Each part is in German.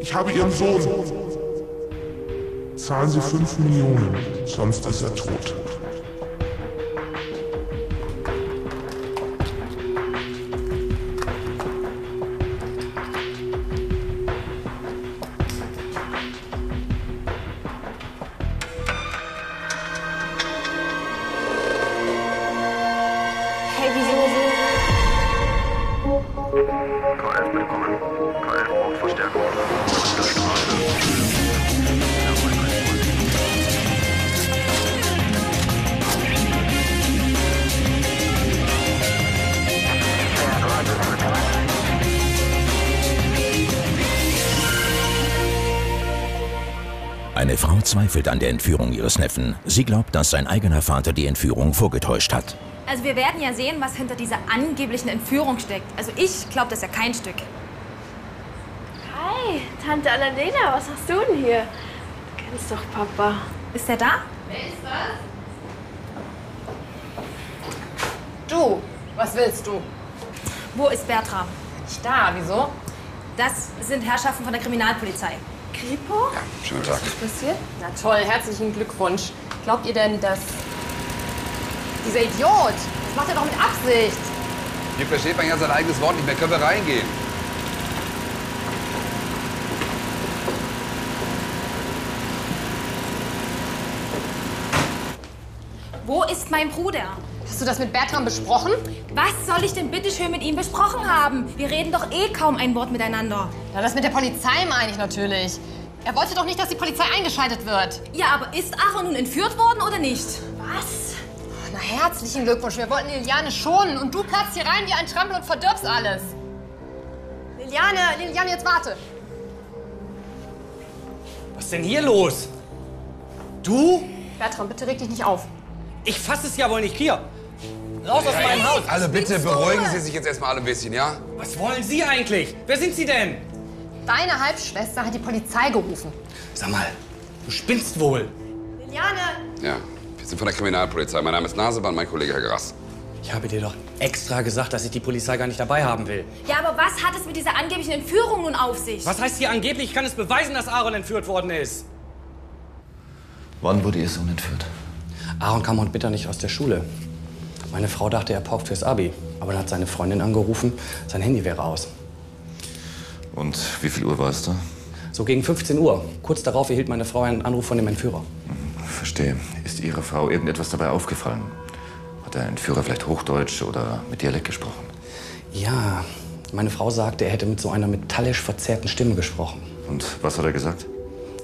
Ich habe Ihren Sohn. Zahlen Sie 5 Millionen, sonst ist er tot. Hey, wieso? KF willkommen. KF braucht Verstärkung. Auf der Straße. Eine Frau zweifelt an der Entführung ihres Neffen. Sie glaubt, dass sein eigener Vater die Entführung vorgetäuscht hat. Also wir werden ja sehen, was hinter dieser angeblichen Entführung steckt. Also ich glaube das ja kein Stück. Hi, Tante Annalena, was hast du denn hier? Du kennst doch Papa. Ist er da? Du, was willst du? Wo ist Bertram? Nicht da, wieso? Das sind Herrschaften von der Kriminalpolizei. Kripo? Schönen Tag. Passiert? Na toll, herzlichen Glückwunsch. Glaubt ihr denn, dass. Dieser Idiot! Das macht er doch mit Absicht! Hier versteht man ja sein eigenes Wort nicht mehr. Können wir reingehen? Wo ist mein Bruder? Hast du das mit Bertram besprochen? Was soll ich denn bitte schön mit ihm besprochen haben? Wir reden doch eh kaum ein Wort miteinander. Na, das mit der Polizei meine ich natürlich. Er wollte doch nicht, dass die Polizei eingeschaltet wird. Ja, aber ist Aaron nun entführt worden oder nicht? Was? Na, herzlichen Glückwunsch. Wir wollten Liliane schonen und du platzt hier rein wie ein Trampel und verdirbst alles. Liliane, Liliane, jetzt warte. Was ist denn hier los? Du? Bertram, bitte reg dich nicht auf. Ich fasse es ja wohl nicht hier. Raus aus meinem Haus. Also bitte beruhigen Sie sich jetzt erstmal alle ein bisschen, ja? Was wollen Sie eigentlich? Wer sind Sie denn? Deine Halbschwester hat die Polizei gerufen. Sag mal, du spinnst wohl. Liliane! Ja. Wir sind von der Kriminalpolizei. Mein Name ist Naseband, mein Kollege Herr Grass. Ich habe dir doch extra gesagt, dass ich die Polizei gar nicht dabei haben will. Ja, aber was hat es mit dieser angeblichen Entführung nun auf sich? Was heißt hier angeblich? Ich kann es beweisen, dass Aaron entführt worden ist. Wann wurde Ihr Sohn entführt? Aaron kam heute bitter nicht aus der Schule. Meine Frau dachte, er paukt fürs Abi. Aber dann hat seine Freundin angerufen, sein Handy wäre aus. Und wie viel Uhr war es da? So gegen 15 Uhr. Kurz darauf erhielt meine Frau einen Anruf von dem Entführer. Verstehe. Ist Ihrer Frau irgendetwas dabei aufgefallen? Hat der Entführer vielleicht Hochdeutsch oder mit Dialekt gesprochen? Ja, meine Frau sagte, er hätte mit so einer metallisch verzerrten Stimme gesprochen. Und was hat er gesagt?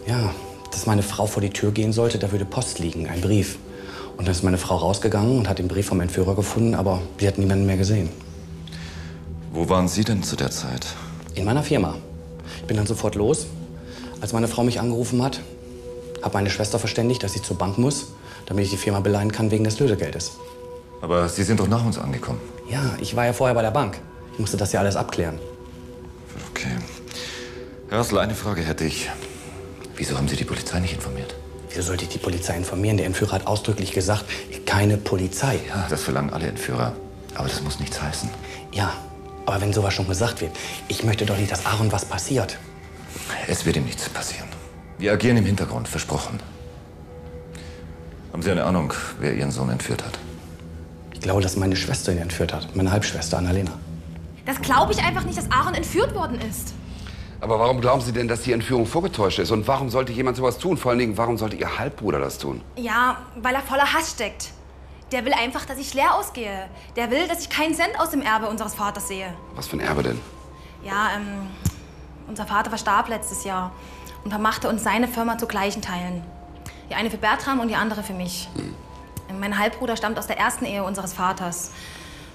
Ja, dass meine Frau vor die Tür gehen sollte, da würde Post liegen, ein Brief. Und dann ist meine Frau rausgegangen und hat den Brief vom Entführer gefunden, aber sie hat niemanden mehr gesehen. Wo waren Sie denn zu der Zeit? In meiner Firma. Ich bin dann sofort los. Als meine Frau mich angerufen hat, habe meine Schwester verständigt, dass sie zur Bank muss, damit ich die Firma beleihen kann wegen des Lösegeldes. Aber Sie sind doch nach uns angekommen. Ja, ich war ja vorher bei der Bank. Ich musste das ja alles abklären. Okay. Herr Hassel, eine Frage hätte ich. Wieso haben Sie die Polizei nicht informiert? Wieso sollte ich die Polizei informieren? Der Entführer hat ausdrücklich gesagt, keine Polizei. Ja, das verlangen alle Entführer. Aber das muss nichts heißen. Ja, aber wenn sowas schon gesagt wird, ich möchte doch nicht, dass Aaron was passiert. Es wird ihm nichts passieren. Wir agieren im Hintergrund, versprochen. Haben Sie eine Ahnung, wer Ihren Sohn entführt hat? Ich glaube, dass meine Schwester ihn entführt hat. Meine Halbschwester Annalena. Das glaube ich einfach nicht, dass Aaron entführt worden ist. Aber warum glauben Sie denn, dass die Entführung vorgetäuscht ist? Und warum sollte jemand sowas tun? Vor allen Dingen, warum sollte Ihr Halbbruder das tun? Ja, weil er voller Hass steckt. Der will einfach, dass ich leer ausgehe. Der will, dass ich keinen Cent aus dem Erbe unseres Vaters sehe. Was für ein Erbe denn? Ja, ähm, unser Vater verstarb letztes Jahr und vermachte uns seine Firma zu gleichen Teilen. Die eine für Bertram und die andere für mich. Mein Halbbruder stammt aus der ersten Ehe unseres Vaters.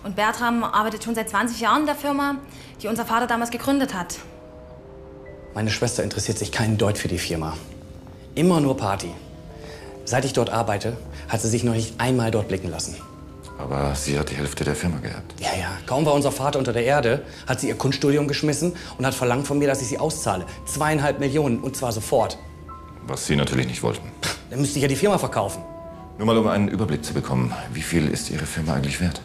Und Bertram arbeitet schon seit 20 Jahren in der Firma, die unser Vater damals gegründet hat. Meine Schwester interessiert sich keinen Deut für die Firma. Immer nur Party. Seit ich dort arbeite, hat sie sich noch nicht einmal dort blicken lassen. Aber sie hat die Hälfte der Firma geerbt. Ja, ja, kaum war unser Vater unter der Erde, hat sie ihr Kunststudium geschmissen und hat verlangt von mir, dass ich sie auszahle. Zweieinhalb Millionen und zwar sofort. Was Sie natürlich nicht wollten. Dann müsste ich ja die Firma verkaufen. Nur mal, um einen Überblick zu bekommen. Wie viel ist Ihre Firma eigentlich wert?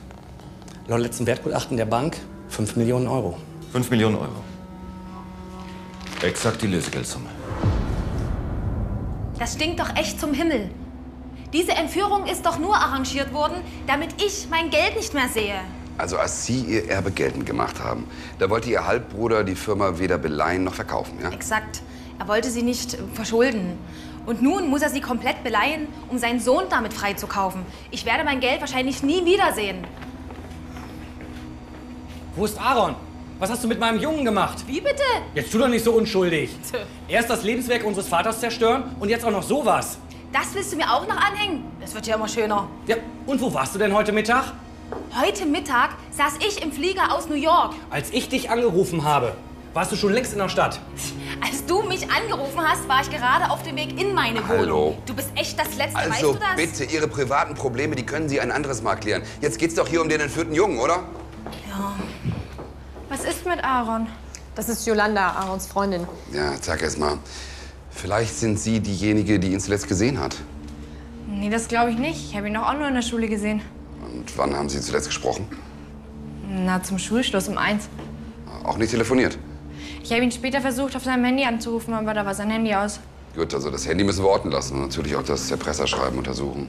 Laut letzten Wertgutachten der Bank 5 Millionen Euro. 5 Millionen Euro. Exakt die Lösegeldsumme. Das stinkt doch echt zum Himmel. Diese Entführung ist doch nur arrangiert worden, damit ich mein Geld nicht mehr sehe. Also als Sie Ihr Erbe geltend gemacht haben, da wollte Ihr Halbbruder die Firma weder beleihen noch verkaufen, ja? Exakt. Er wollte sie nicht äh, verschulden. Und nun muss er sie komplett beleihen, um seinen Sohn damit freizukaufen. Ich werde mein Geld wahrscheinlich nie wiedersehen. Wo ist Aaron? Was hast du mit meinem Jungen gemacht? Wie bitte? Jetzt tu doch nicht so unschuldig. Tö. Erst das Lebenswerk unseres Vaters zerstören und jetzt auch noch sowas. Das willst du mir auch noch anhängen? Das wird ja immer schöner. Ja, und wo warst du denn heute Mittag? Heute Mittag saß ich im Flieger aus New York. Als ich dich angerufen habe, warst du schon längst in der Stadt. Als du mich angerufen hast, war ich gerade auf dem Weg in meine Wohnung. Hallo. Du bist echt das Letzte, weißt Also du das? bitte, Ihre privaten Probleme, die können Sie ein anderes Mal klären. Jetzt geht's doch hier um den entführten Jungen, oder? Oh. Was ist mit Aaron? Das ist Yolanda, Aarons Freundin. Ja, sag erst mal. Vielleicht sind Sie diejenige, die ihn zuletzt gesehen hat. Nee, das glaube ich nicht. Ich habe ihn doch auch nur in der Schule gesehen. Und wann haben Sie zuletzt gesprochen? Na, zum Schulschluss um eins. Auch nicht telefoniert. Ich habe ihn später versucht, auf seinem Handy anzurufen, aber da war sein Handy aus. Gut, also das Handy müssen wir orten lassen und natürlich auch das Erpresserschreiben untersuchen.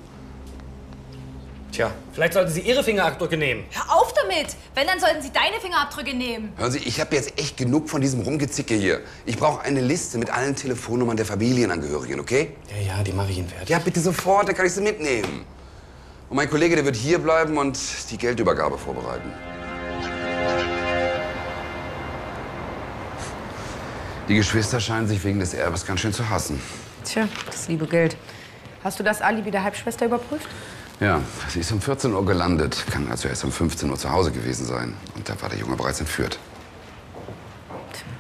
Tja, vielleicht sollten sie ihre Fingerabdrücke nehmen. Hör auf damit! Wenn, dann sollten sie deine Fingerabdrücke nehmen. Hören Sie, ich habe jetzt echt genug von diesem Rumgezicke hier. Ich brauche eine Liste mit allen Telefonnummern der Familienangehörigen, okay? Ja, ja, die mache ich ihnen fertig. Ja, bitte sofort, dann kann ich sie mitnehmen. Und mein Kollege, der wird hier bleiben und die Geldübergabe vorbereiten. Die Geschwister scheinen sich wegen des Erbes ganz schön zu hassen. Tja, das liebe Geld. Hast du das Alibi der Halbschwester überprüft? Ja, sie ist um 14 Uhr gelandet, kann also erst um 15 Uhr zu Hause gewesen sein. Und da war der Junge bereits entführt.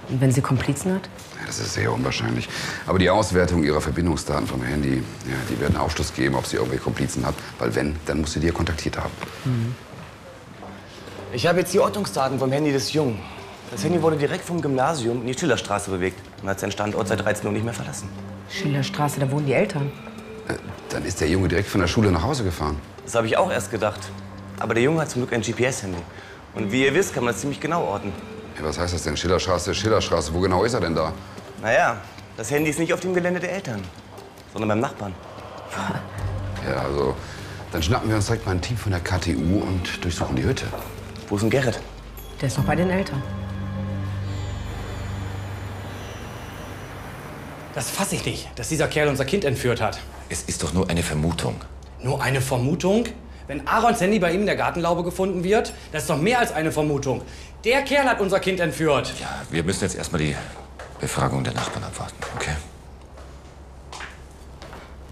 Und wenn sie Komplizen hat? Ja, das ist sehr unwahrscheinlich. Aber die Auswertung ihrer Verbindungsdaten vom Handy, ja, die werden Aufschluss geben, ob sie irgendwelche Komplizen hat. Weil wenn, dann muss sie die ja kontaktiert haben. Hm. Ich habe jetzt die Ortungsdaten vom Handy des Jungen. Das Handy wurde direkt vom Gymnasium in die Schillerstraße bewegt und hat seinen Standort seit 13 Uhr nicht mehr verlassen. Schillerstraße, da wohnen die Eltern. Äh, Dann ist der Junge direkt von der Schule nach Hause gefahren. Das habe ich auch erst gedacht. Aber der Junge hat zum Glück ein GPS-Handy. Und wie ihr wisst, kann man das ziemlich genau orten. Ja, was heißt das denn? Schillerstraße, Schillerstraße. Wo genau ist er denn da? Naja, das Handy ist nicht auf dem Gelände der Eltern, sondern beim Nachbarn. Ja, also, dann schnappen wir uns direkt mal ein Team von der KTU und durchsuchen die Hütte. Wo ist denn Gerrit? Der ist noch bei den Eltern. Das fasse ich nicht, dass dieser Kerl unser Kind entführt hat. Es ist doch nur eine Vermutung. Nur eine Vermutung? Wenn Aarons Handy bei ihm in der Gartenlaube gefunden wird, das ist doch mehr als eine Vermutung. Der Kerl hat unser Kind entführt. Ja, wir müssen jetzt erstmal die Befragung der Nachbarn abwarten, okay?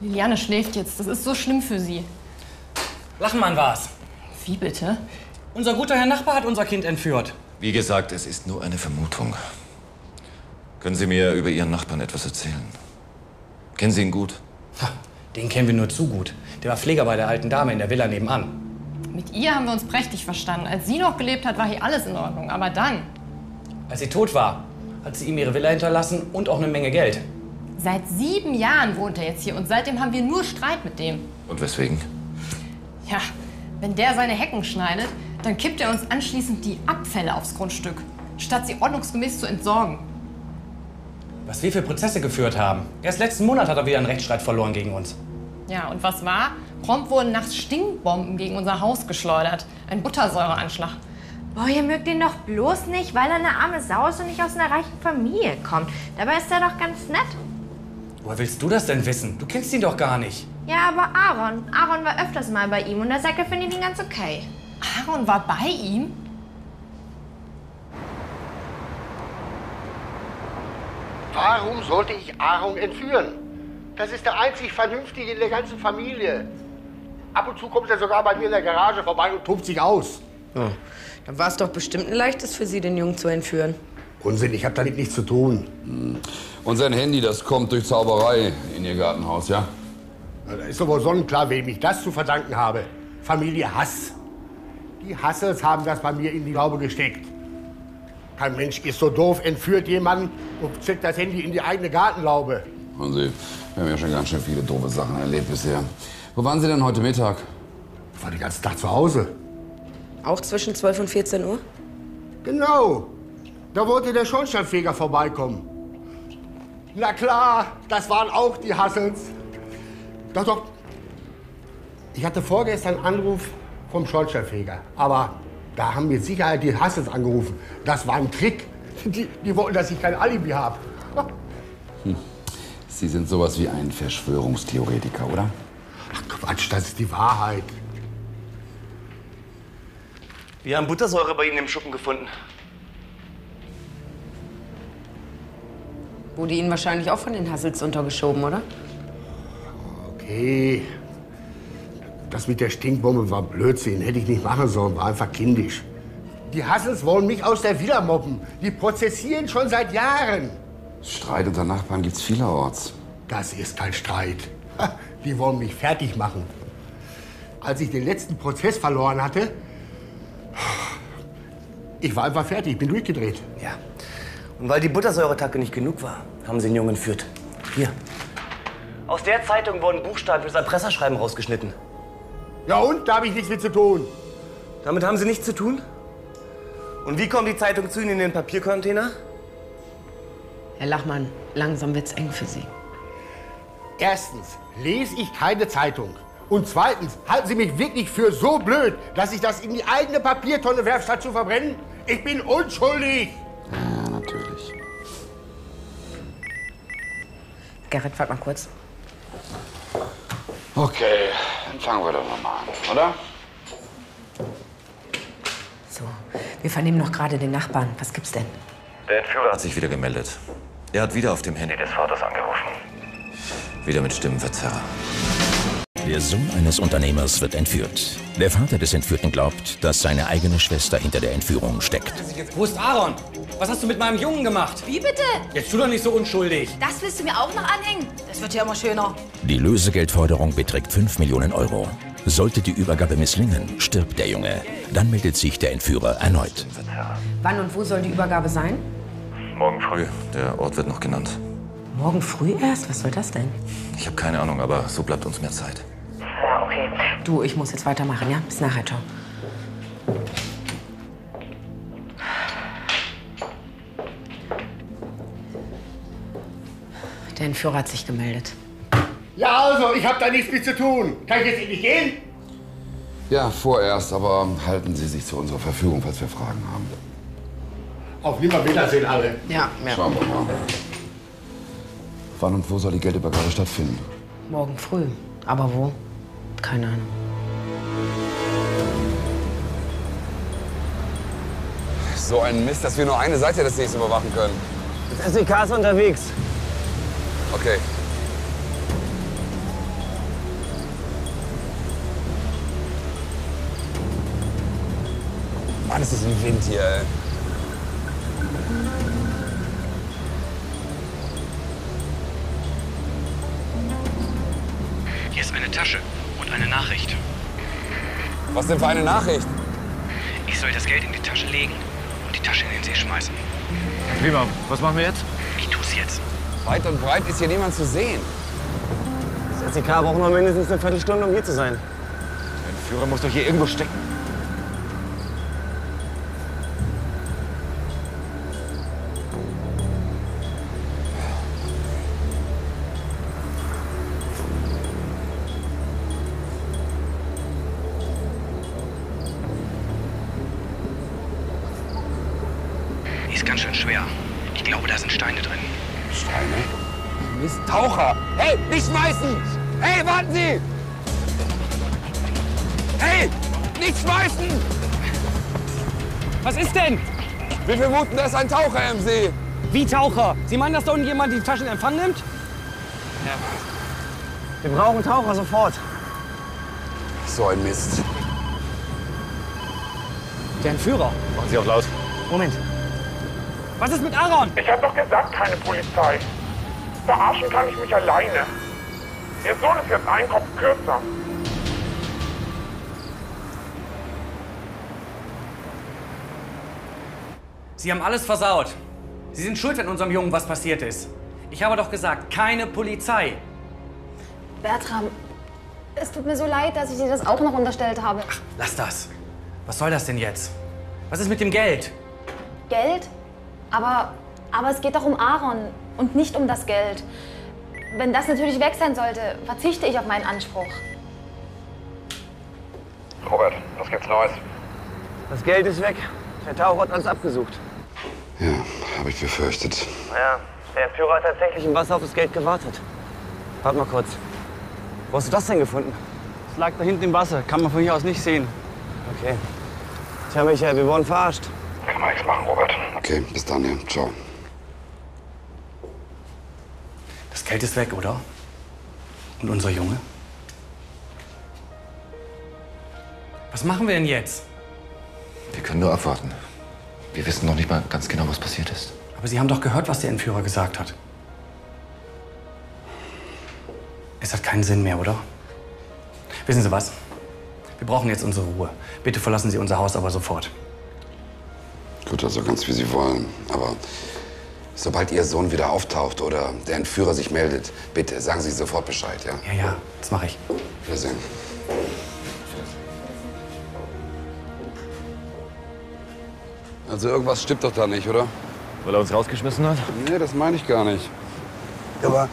Liliane schläft jetzt. Das ist so schlimm für sie. Lachmann war's. Wie bitte? Unser guter Herr Nachbar hat unser Kind entführt. Wie gesagt, es ist nur eine Vermutung. Können Sie mir über Ihren Nachbarn etwas erzählen? Kennen Sie ihn gut? Ha, Den kennen wir nur zu gut. Der war Pfleger bei der alten Dame in der Villa nebenan. Mit ihr haben wir uns prächtig verstanden. Als sie noch gelebt hat, war hier alles in Ordnung. Aber dann, Als sie tot war, hat sie ihm ihre Villa hinterlassen und auch eine Menge Geld. seit sieben Jahren wohnt er jetzt hier und seitdem haben wir nur Streit mit dem. Und weswegen? Ja, wenn der seine Hecken schneidet, dann kippt er uns anschließend die Abfälle aufs Grundstück, statt sie ordnungsgemäß zu entsorgen. Was wir für Prozesse geführt haben. Erst letzten Monat hat er wieder einen Rechtsstreit verloren gegen uns. Ja, und was war? Prompt wurden nachts Stinkbomben gegen unser Haus geschleudert. Ein Buttersäureanschlag. Boah, ihr mögt ihn doch bloß nicht, weil er eine arme Sau ist und nicht aus einer reichen Familie kommt. Dabei ist er doch ganz nett. Woher willst du das denn wissen? Du kennst ihn doch gar nicht. Ja, aber Aaron. Aaron war öfters mal bei ihm und er sagt, er findet ihn ganz okay. Aaron war bei ihm? Warum sollte ich Aaron entführen? Das ist der einzig Vernünftige in der ganzen Familie. Ab und zu kommt er sogar bei mir in der Garage vorbei und tobt sich aus. Ah. Dann war es doch bestimmt ein leichtes für sie, den Jungen zu entführen. Unsinn, ich habe damit nichts zu tun. Hm. Und sein Handy, das kommt durch Zauberei in Ihr Gartenhaus, ja? Na, Da ist aber sonnenklar, wem ich das zu verdanken habe. Familie Hass. Die Hassels haben das bei mir in die Laube gesteckt. Kein Mensch ist so doof, entführt jemanden und steckt das Handy in die eigene Gartenlaube. Hören Sie, wir haben ja schon ganz schön viele doofe Sachen erlebt bisher. Wo waren Sie denn heute Mittag? Ich war den ganzen Tag zu Hause. Auch zwischen 12 und 14 Uhr? Genau. Da wollte der Schornsteinfeger vorbeikommen. Na klar, das waren auch die Hassels. Doch, doch. Ich hatte vorgestern einen Anruf vom Schornsteinfeger. Aber da haben mir Sicherheit die Hassels angerufen. Das war ein Trick. Die, die wollten, dass ich kein Alibi habe. Sie sind sowas wie ein Verschwörungstheoretiker, oder? Quatsch, das ist die Wahrheit. Wir haben Buttersäure bei Ihnen im Schuppen gefunden. Wurde Ihnen wahrscheinlich auch von den Hassels untergeschoben, oder? Okay. Das mit der Stinkbombe war Blödsinn. Hätte ich nicht machen sollen. War einfach kindisch. Die Hassels wollen mich aus der Villa mobben. Die prozessieren schon seit Jahren. Streit unter Nachbarn gibt's vielerorts. Das ist kein Streit. Ha, Die wollen mich fertig machen. Als ich den letzten Prozess verloren hatte, ich war einfach fertig, ich bin durchgedreht. Ja. Und weil die Buttersäuretacke nicht genug war, haben sie den Jungen entführt. Hier. Aus der Zeitung wurden Buchstaben für das Erpresserschreiben rausgeschnitten. Ja und? Da habe ich nichts mit zu tun. Damit haben Sie nichts zu tun? Und wie kommt die Zeitung zu Ihnen in den Papiercontainer? Herr Lachmann, langsam wird's eng für Sie. Erstens lese ich keine Zeitung. Und zweitens halten Sie mich wirklich für so blöd, dass ich das in die eigene Papiertonne werfe, statt zu verbrennen? Ich bin unschuldig. Ja, natürlich. Gerrit, warte mal kurz. Okay, dann fangen wir doch nochmal an, oder? So, wir vernehmen noch gerade den Nachbarn. Was gibt's denn? Der Entführer hat sich wieder gemeldet. Er hat wieder auf dem Handy des Vaters angerufen. Wieder mit Stimmenverzerrer. Der Sohn eines Unternehmers wird entführt. Der Vater des Entführten glaubt, dass seine eigene Schwester hinter der Entführung steckt. Wo ist Aaron? Was hast du mit meinem Jungen gemacht? Wie bitte? Jetzt tu doch nicht so unschuldig. Das willst du mir auch noch anhängen? Das wird ja immer schöner. Die Lösegeldforderung beträgt 5 Millionen Euro. Sollte die Übergabe misslingen, stirbt der Junge. Dann meldet sich der Entführer erneut. Wann und wo soll die Übergabe sein? Morgen früh. Der Ort wird noch genannt. Morgen früh erst? Was soll das denn? Ich habe keine Ahnung, aber so bleibt uns mehr Zeit. Du, ich muss jetzt weitermachen, ja? Bis nachher, ciao. Der Entführer hat sich gemeldet. Ja, also, ich habe da nichts mit zu tun. Kann ich jetzt endlich gehen? Ja, vorerst, aber halten Sie sich zu unserer Verfügung, falls wir Fragen haben. Auf Nimmerwiedersehen alle. Ja, Schauen wir mal. Wann und wo soll die Geldübergabe stattfinden? Morgen früh. Aber wo? Keine Ahnung. So ein Mist, dass wir nur eine Seite des nächsten überwachen können. Das SEK ist unterwegs. Okay. Mann, es ist ein Wind hier, ey. Hier ist eine Tasche und eine Nachricht. Was denn für eine Nachricht? Ich soll das Geld in die Tasche legen und die Tasche in den See schmeißen. Prima, was machen wir jetzt? Ich tu's jetzt. Weit und breit ist hier niemand zu sehen. Das SEK braucht noch mindestens eine Viertelstunde, um hier zu sein. Der Entführer muss doch hier irgendwo stecken. Die ist ganz schön schwer. Ich glaube, da sind Steine drin. Steine? Mist, Taucher! Hey, nicht schmeißen! Hey, warten Sie! Hey, nicht schmeißen! Was ist denn? Wir vermuten, da ist ein Taucher im See. Wie Taucher? Sie meinen, dass da unten jemand die Taschen in Empfang nimmt? Wir brauchen Taucher sofort. So ein Mist. Der Entführer. Machen Sie auch laut. Moment. Was ist mit Aaron? Ich habe doch gesagt, keine Polizei. Verarschen kann ich mich alleine. Ihr Sohn ist jetzt einen Kopf kürzer. Sie haben alles versaut. Sie sind schuld, wenn unserem Jungen was passiert ist. Ich habe doch gesagt, keine Polizei. Bertram, es tut mir so leid, dass ich dir das auch noch unterstellt habe. Lass das. Was soll das denn jetzt? Was ist mit dem Geld? Geld? Aber Aber es geht doch um Aaron und nicht um das Geld. Wenn das natürlich weg sein sollte, verzichte ich auf meinen Anspruch. Robert, was gibt's Neues? Das Geld ist weg. Der Taucher hat alles abgesucht. Ja, habe ich befürchtet. Ja, der Führer hat tatsächlich im Wasser auf das Geld gewartet. Warte mal kurz. Wo hast du das denn gefunden? Es lag da hinten im Wasser. Kann man von hier aus nicht sehen. Okay. Tja, Michael, wir wurden verarscht. Kann man nichts machen, Robert. Okay, bis dann, ja. Ciao. Das Geld ist weg, oder? Und unser Junge? Was machen wir denn jetzt? Wir können nur abwarten. Wir wissen noch nicht mal ganz genau, was passiert ist. Aber Sie haben doch gehört, was der Entführer gesagt hat. Es hat keinen Sinn mehr, oder? Wissen Sie was? Wir brauchen jetzt unsere Ruhe. Bitte verlassen Sie unser Haus aber sofort. Gut, also ganz wie Sie wollen. Aber sobald Ihr Sohn wieder auftaucht oder der Entführer sich meldet, bitte sagen Sie sofort Bescheid, ja? Ja, ja, das mache ich. Wiedersehen. Also irgendwas stimmt doch da nicht, oder? Weil er uns rausgeschmissen hat? Nee, das meine ich gar nicht. Aber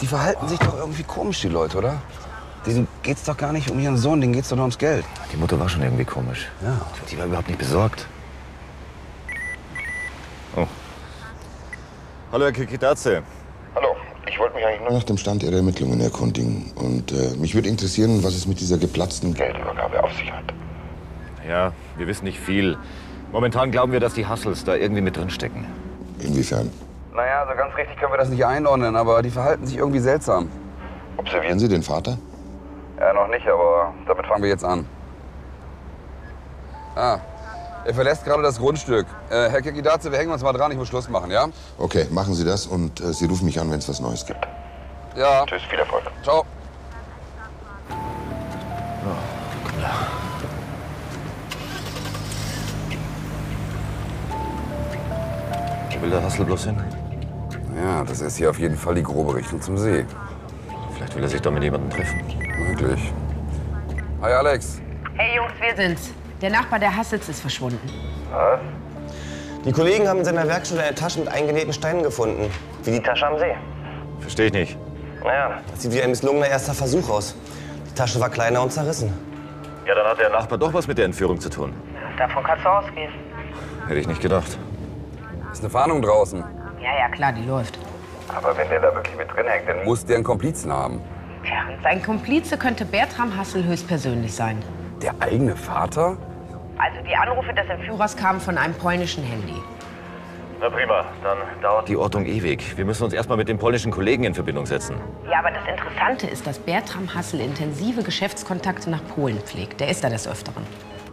die verhalten sich doch irgendwie komisch, die Leute, oder? Denen geht's doch gar nicht um ihren Sohn, denen geht's doch nur ums Geld. Die Mutter war schon irgendwie komisch. Ja. Die war überhaupt nicht besorgt. Oh. Hallo, Herr Kikidaze. Ich wollte mich eigentlich Nach dem Stand Ihrer Ermittlungen erkundigen. Und äh, mich würde interessieren, was es mit dieser geplatzten Geldübergabe auf sich hat. Ja, wir wissen nicht viel. Momentan glauben wir, dass die Hustles da irgendwie mit drin stecken. Inwiefern? Naja, so ganz richtig können wir das nicht einordnen, aber die verhalten sich irgendwie seltsam. Observieren Sie den Vater? Ja, noch nicht, aber damit fangen wir jetzt an. Ah, er verlässt gerade das Grundstück. Äh, Herr Kekidaze, wir hängen uns mal dran, ich muss Schluss machen, ja? Okay, machen Sie das und äh, Sie rufen mich an, wenn es was Neues gibt. Ja. Tschüss, viel Erfolg. Ciao. Wo will der Hassel bloß hin? Ja, das ist hier auf jeden Fall die grobe Richtung zum See. Vielleicht will er sich da mit jemandem treffen. Möglich. Hi, Alex. Hey Jungs, wir sind's. Der Nachbar der Hassels ist verschwunden. Was? Die Kollegen haben In seiner Werkstatt eine Tasche mit eingenähten Steinen gefunden. Wie die Tasche am See. Verstehe ich nicht. Naja, das sieht wie ein misslungener erster Versuch aus. Die Tasche war kleiner und zerrissen. Ja, dann hat der Nachbar doch was mit der Entführung zu tun. Davon kannst du ausgehen. Hätte ich nicht gedacht. Ist eine Fahndung draußen. Ja, ja, klar, die läuft. Aber wenn der da wirklich mit drin hängt, dann muss der einen Komplizen haben. Tja, und sein Komplize könnte Bertram Hassel höchstpersönlich sein. Der eigene Vater? Also die Anrufe des Entführers kamen von einem polnischen Handy. Na prima, dann dauert die Ortung ewig. Wir müssen uns erstmal mit dem polnischen Kollegen in Verbindung setzen. Ja, aber das Interessante ist, dass Bertram Hassel intensive Geschäftskontakte nach Polen pflegt. Der ist da des Öfteren.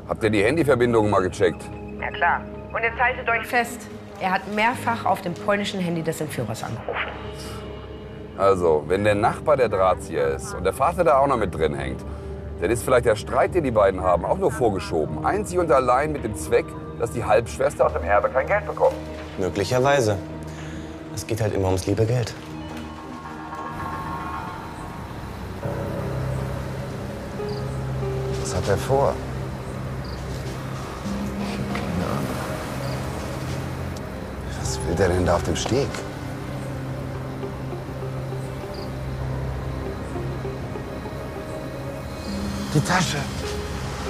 Habt ihr die Handyverbindungen mal gecheckt? Ja, klar. Und jetzt haltet euch fest. Er hat mehrfach auf dem polnischen Handy des Entführers angerufen. Also, wenn der Nachbar der Drahtzieher ist und der Vater da auch noch mit drin hängt, dann ist vielleicht der Streit, den die beiden haben, auch nur vorgeschoben. Einzig und allein mit dem Zweck, dass die Halbschwester aus dem Erbe kein Geld bekommt. Möglicherweise. Es geht halt immer ums liebe Geld. Was hat er vor? Was will der denn da auf dem Steg? Die Tasche.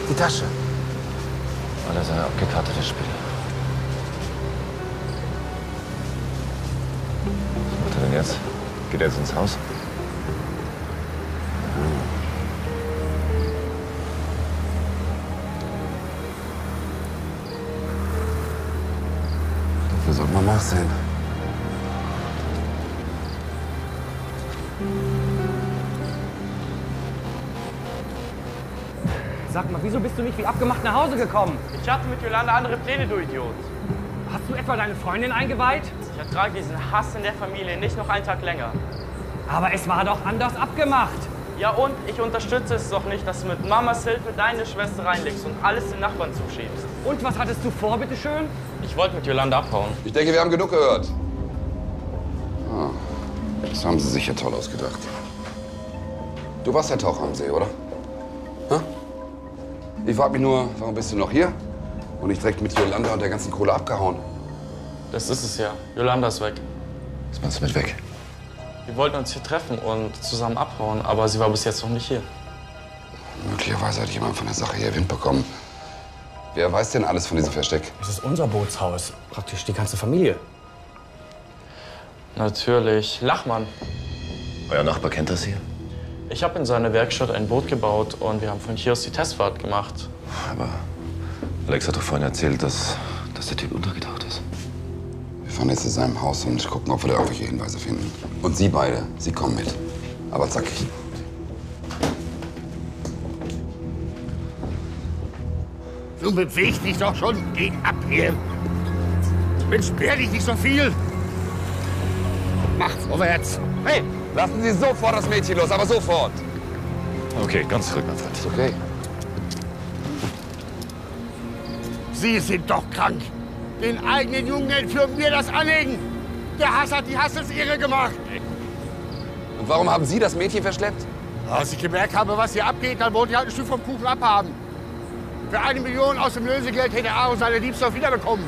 Die Tasche. Alle seine abgekartete Spiele. Was macht er denn jetzt? Geht er jetzt ins Haus? Dafür sollte man nachsehen. Sag mal, wieso bist du nicht wie abgemacht nach Hause gekommen? Ich hatte mit Jolanda andere Pläne, du Idiot. Hast du etwa deine Freundin eingeweiht? Ich ertrage diesen Hass in der Familie nicht noch einen Tag länger. Aber es war doch anders abgemacht. Ja und ich unterstütze es doch nicht, dass du mit Mamas Hilfe deine Schwester reinlegst und alles den Nachbarn zuschiebst. Und was hattest du vor, bitteschön? Ich wollte mit Jolanda abhauen. Ich denke, wir haben genug gehört. Ah, das haben sie sich ja toll ausgedacht. Du warst der Taucher am See, oder? Hä? Ich frag mich nur, warum bist du noch hier? Und nicht direkt mit Jolanda und der ganzen Kohle abgehauen. Das ist es ja. Jolanda ist weg. Was meinst du mit weg? Wir wollten uns hier treffen und zusammen abhauen, aber sie war bis jetzt noch nicht hier. Möglicherweise hat jemand von der Sache hier Wind bekommen. Wer weiß denn alles von diesem Versteck? Es ist unser Bootshaus. Praktisch die ganze Familie. Natürlich. Lachmann. Euer Nachbar kennt das hier? Ich habe in seiner Werkstatt ein Boot gebaut und wir haben von hier aus die Testfahrt gemacht. Aber Alex hat doch vorhin erzählt, dass, dass der Typ untergetaucht ist. Wir fahren jetzt zu seinem Haus und gucken, ob wir da irgendwelche Hinweise finden. Und Sie beide, Sie kommen mit. Aber zackig. Du bewegst dich doch schon. Geh ab hier. Mensch, sperr dich nicht so viel. Mach vorwärts. Hey, lassen Sie sofort das Mädchen los, aber sofort. Okay, ganz zurück, mein Freund. Okay. Sie sind doch krank. Den eigenen Jungen entführen wir das Anlegen. Der Hass hat die Hassels irre gemacht. Und warum haben Sie das Mädchen verschleppt? Als ich gemerkt habe, was hier abgeht, dann wollte ich halt ein Stück vom Kuchen abhaben. Für eine Million aus dem Lösegeld hätte Aaron seine Liebste auch wiederbekommen.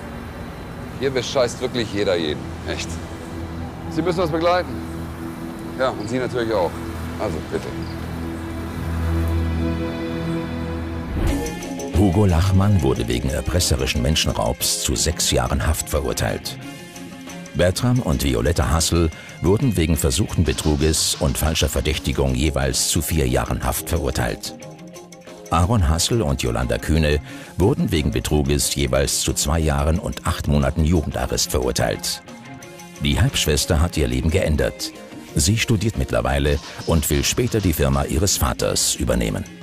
Hier bescheißt wirklich jeder jeden. Echt. Sie müssen uns begleiten. Ja, und Sie natürlich auch. Also, bitte. Hugo Lachmann wurde wegen erpresserischen Menschenraubs zu sechs Jahren Haft verurteilt. Bertram und Violetta Hassel wurden wegen versuchten Betruges und falscher Verdächtigung jeweils zu vier Jahren Haft verurteilt. Aaron Hassel und Jolanda Kühne wurden wegen Betruges jeweils zu zwei Jahren und acht Monaten Jugendarrest verurteilt. Die Halbschwester hat ihr Leben geändert. Sie studiert mittlerweile und will später die Firma ihres Vaters übernehmen.